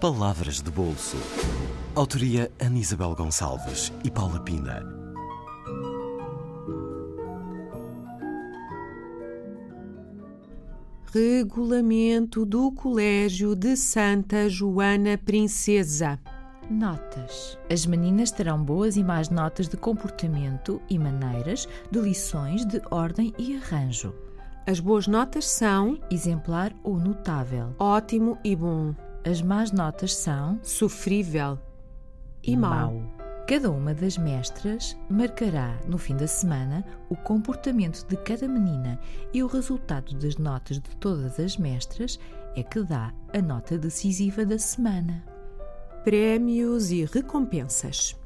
Palavras de Bolso. Autoria Ana Isabel Gonçalves e Paula Pina. Regulamento do Colégio de Santa Joana Princesa. Notas. As meninas terão boas e más notas de comportamento e maneiras, de lições, de ordem e arranjo. As boas notas são Exemplar ou notável. ótimo e bom, As más notas são sofrível e mau. Cada uma das mestras marcará, no fim da semana, o comportamento de cada menina e o resultado das notas de todas as mestras é que dá a nota decisiva da semana. Prémios e recompensas.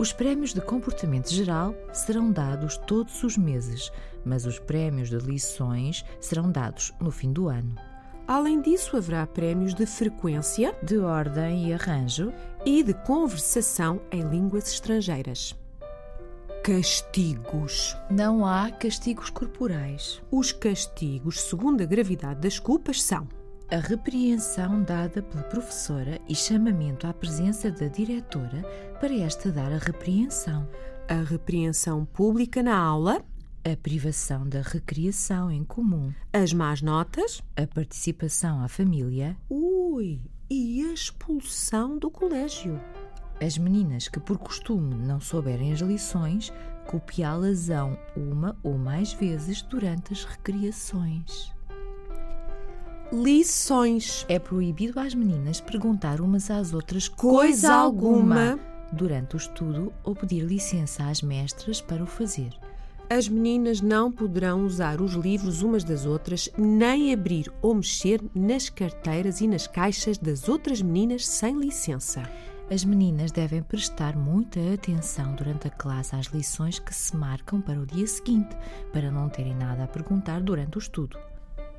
Os prémios de comportamento geral serão dados todos os meses, mas os prémios de lições serão dados no fim do ano. Além disso, haverá prémios de frequência De ordem e arranjo, e de conversação em línguas estrangeiras. Castigos. não há castigos corporais. Os castigos, segundo a gravidade das culpas, são A repreensão dada pela professora e chamamento à presença da diretora para esta dar a repreensão. a repreensão pública na aula, A privação da recreação em comum, as más notas, a participação à família, ui, e a expulsão do colégio. As meninas que por costume não souberem as lições, copiá-las-ão uma ou mais vezes durante as recreações. Lições. É proibido às meninas perguntar umas às outras Coisa coisa alguma alguma. durante o estudo ou pedir licença às mestras para o fazer. As meninas não poderão usar os livros umas das outras, nem abrir ou mexer nas carteiras e nas caixas das outras meninas sem licença. As meninas devem prestar muita atenção durante a classe às lições que se marcam para o dia seguinte, para não terem nada a perguntar durante o estudo.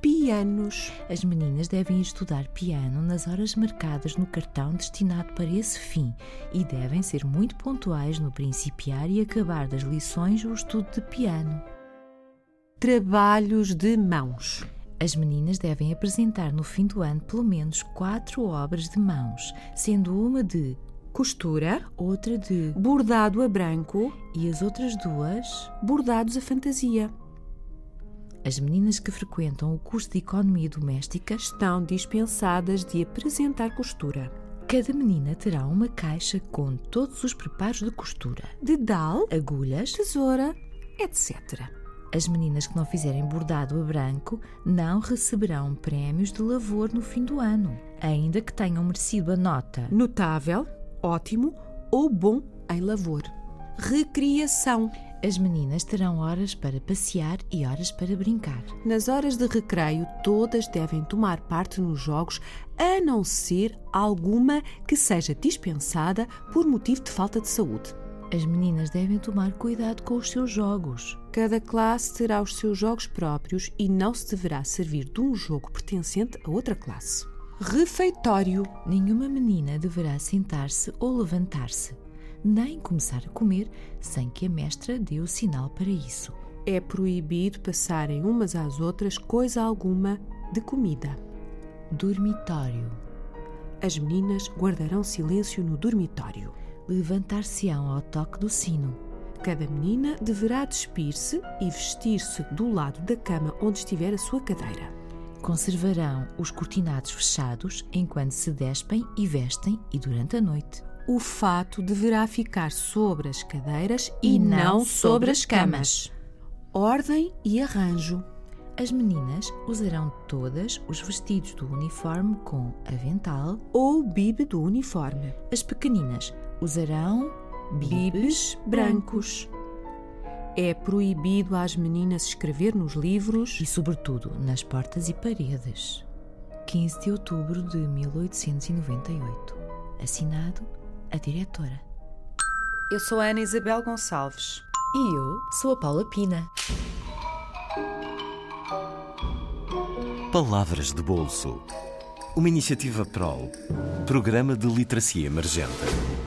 Pianos. As meninas devem estudar piano nas horas marcadas no cartão destinado para esse fim e devem ser muito pontuais no principiar e acabar das lições ou estudo de piano. Trabalhos de mãos. As meninas devem apresentar no fim do ano pelo menos quatro obras de mãos, sendo uma de, Costura. outra de Bordado a branco. e as outras duas. Bordados a fantasia. As meninas que frequentam o curso de Economia Doméstica Estão dispensadas de apresentar costura. Cada menina terá uma caixa com todos os preparos de costura, Dedal. agulhas, Tesoura. Etc. As meninas que não fizerem bordado a branco não receberão prémios de lavor no fim do ano, ainda que tenham merecido a nota. Notável. Ótimo ou bom em lavor. Recriação. As meninas terão horas para passear e horas para brincar. Nas horas de recreio, todas devem tomar parte nos jogos, a não ser alguma que seja dispensada por motivo de falta de saúde. As meninas devem tomar cuidado com os seus jogos. Cada classe terá os seus jogos próprios e não se deverá servir de um jogo pertencente a outra classe. Refeitório. Nenhuma menina deverá sentar-se ou levantar-se, nem começar a comer sem que a mestra dê o sinal para isso. É proibido passarem umas às outras coisa alguma de comida. Dormitório. As meninas guardarão silêncio no dormitório. Levantar-se-ão ao toque do sino. Cada menina deverá despir-se e vestir-se do lado da cama onde estiver a sua cadeira. Conservarão os cortinados fechados enquanto se despem e vestem e durante a noite. O fato deverá ficar sobre as cadeiras e, E não, não sobre as camas. Ordem e arranjo. As meninas usarão todas os vestidos do uniforme com avental. Ou bibe do uniforme. As pequeninas usarão Bibes bibes brancos. É proibido às meninas escrever nos livros. e, sobretudo, nas portas e paredes. 15 de outubro de 1898. Assinado a diretora. Eu sou a Ana Isabel Gonçalves. E eu sou a Paula Pina. Palavras de Bolso. Uma iniciativa PROL. Programa de Literacia Emergente.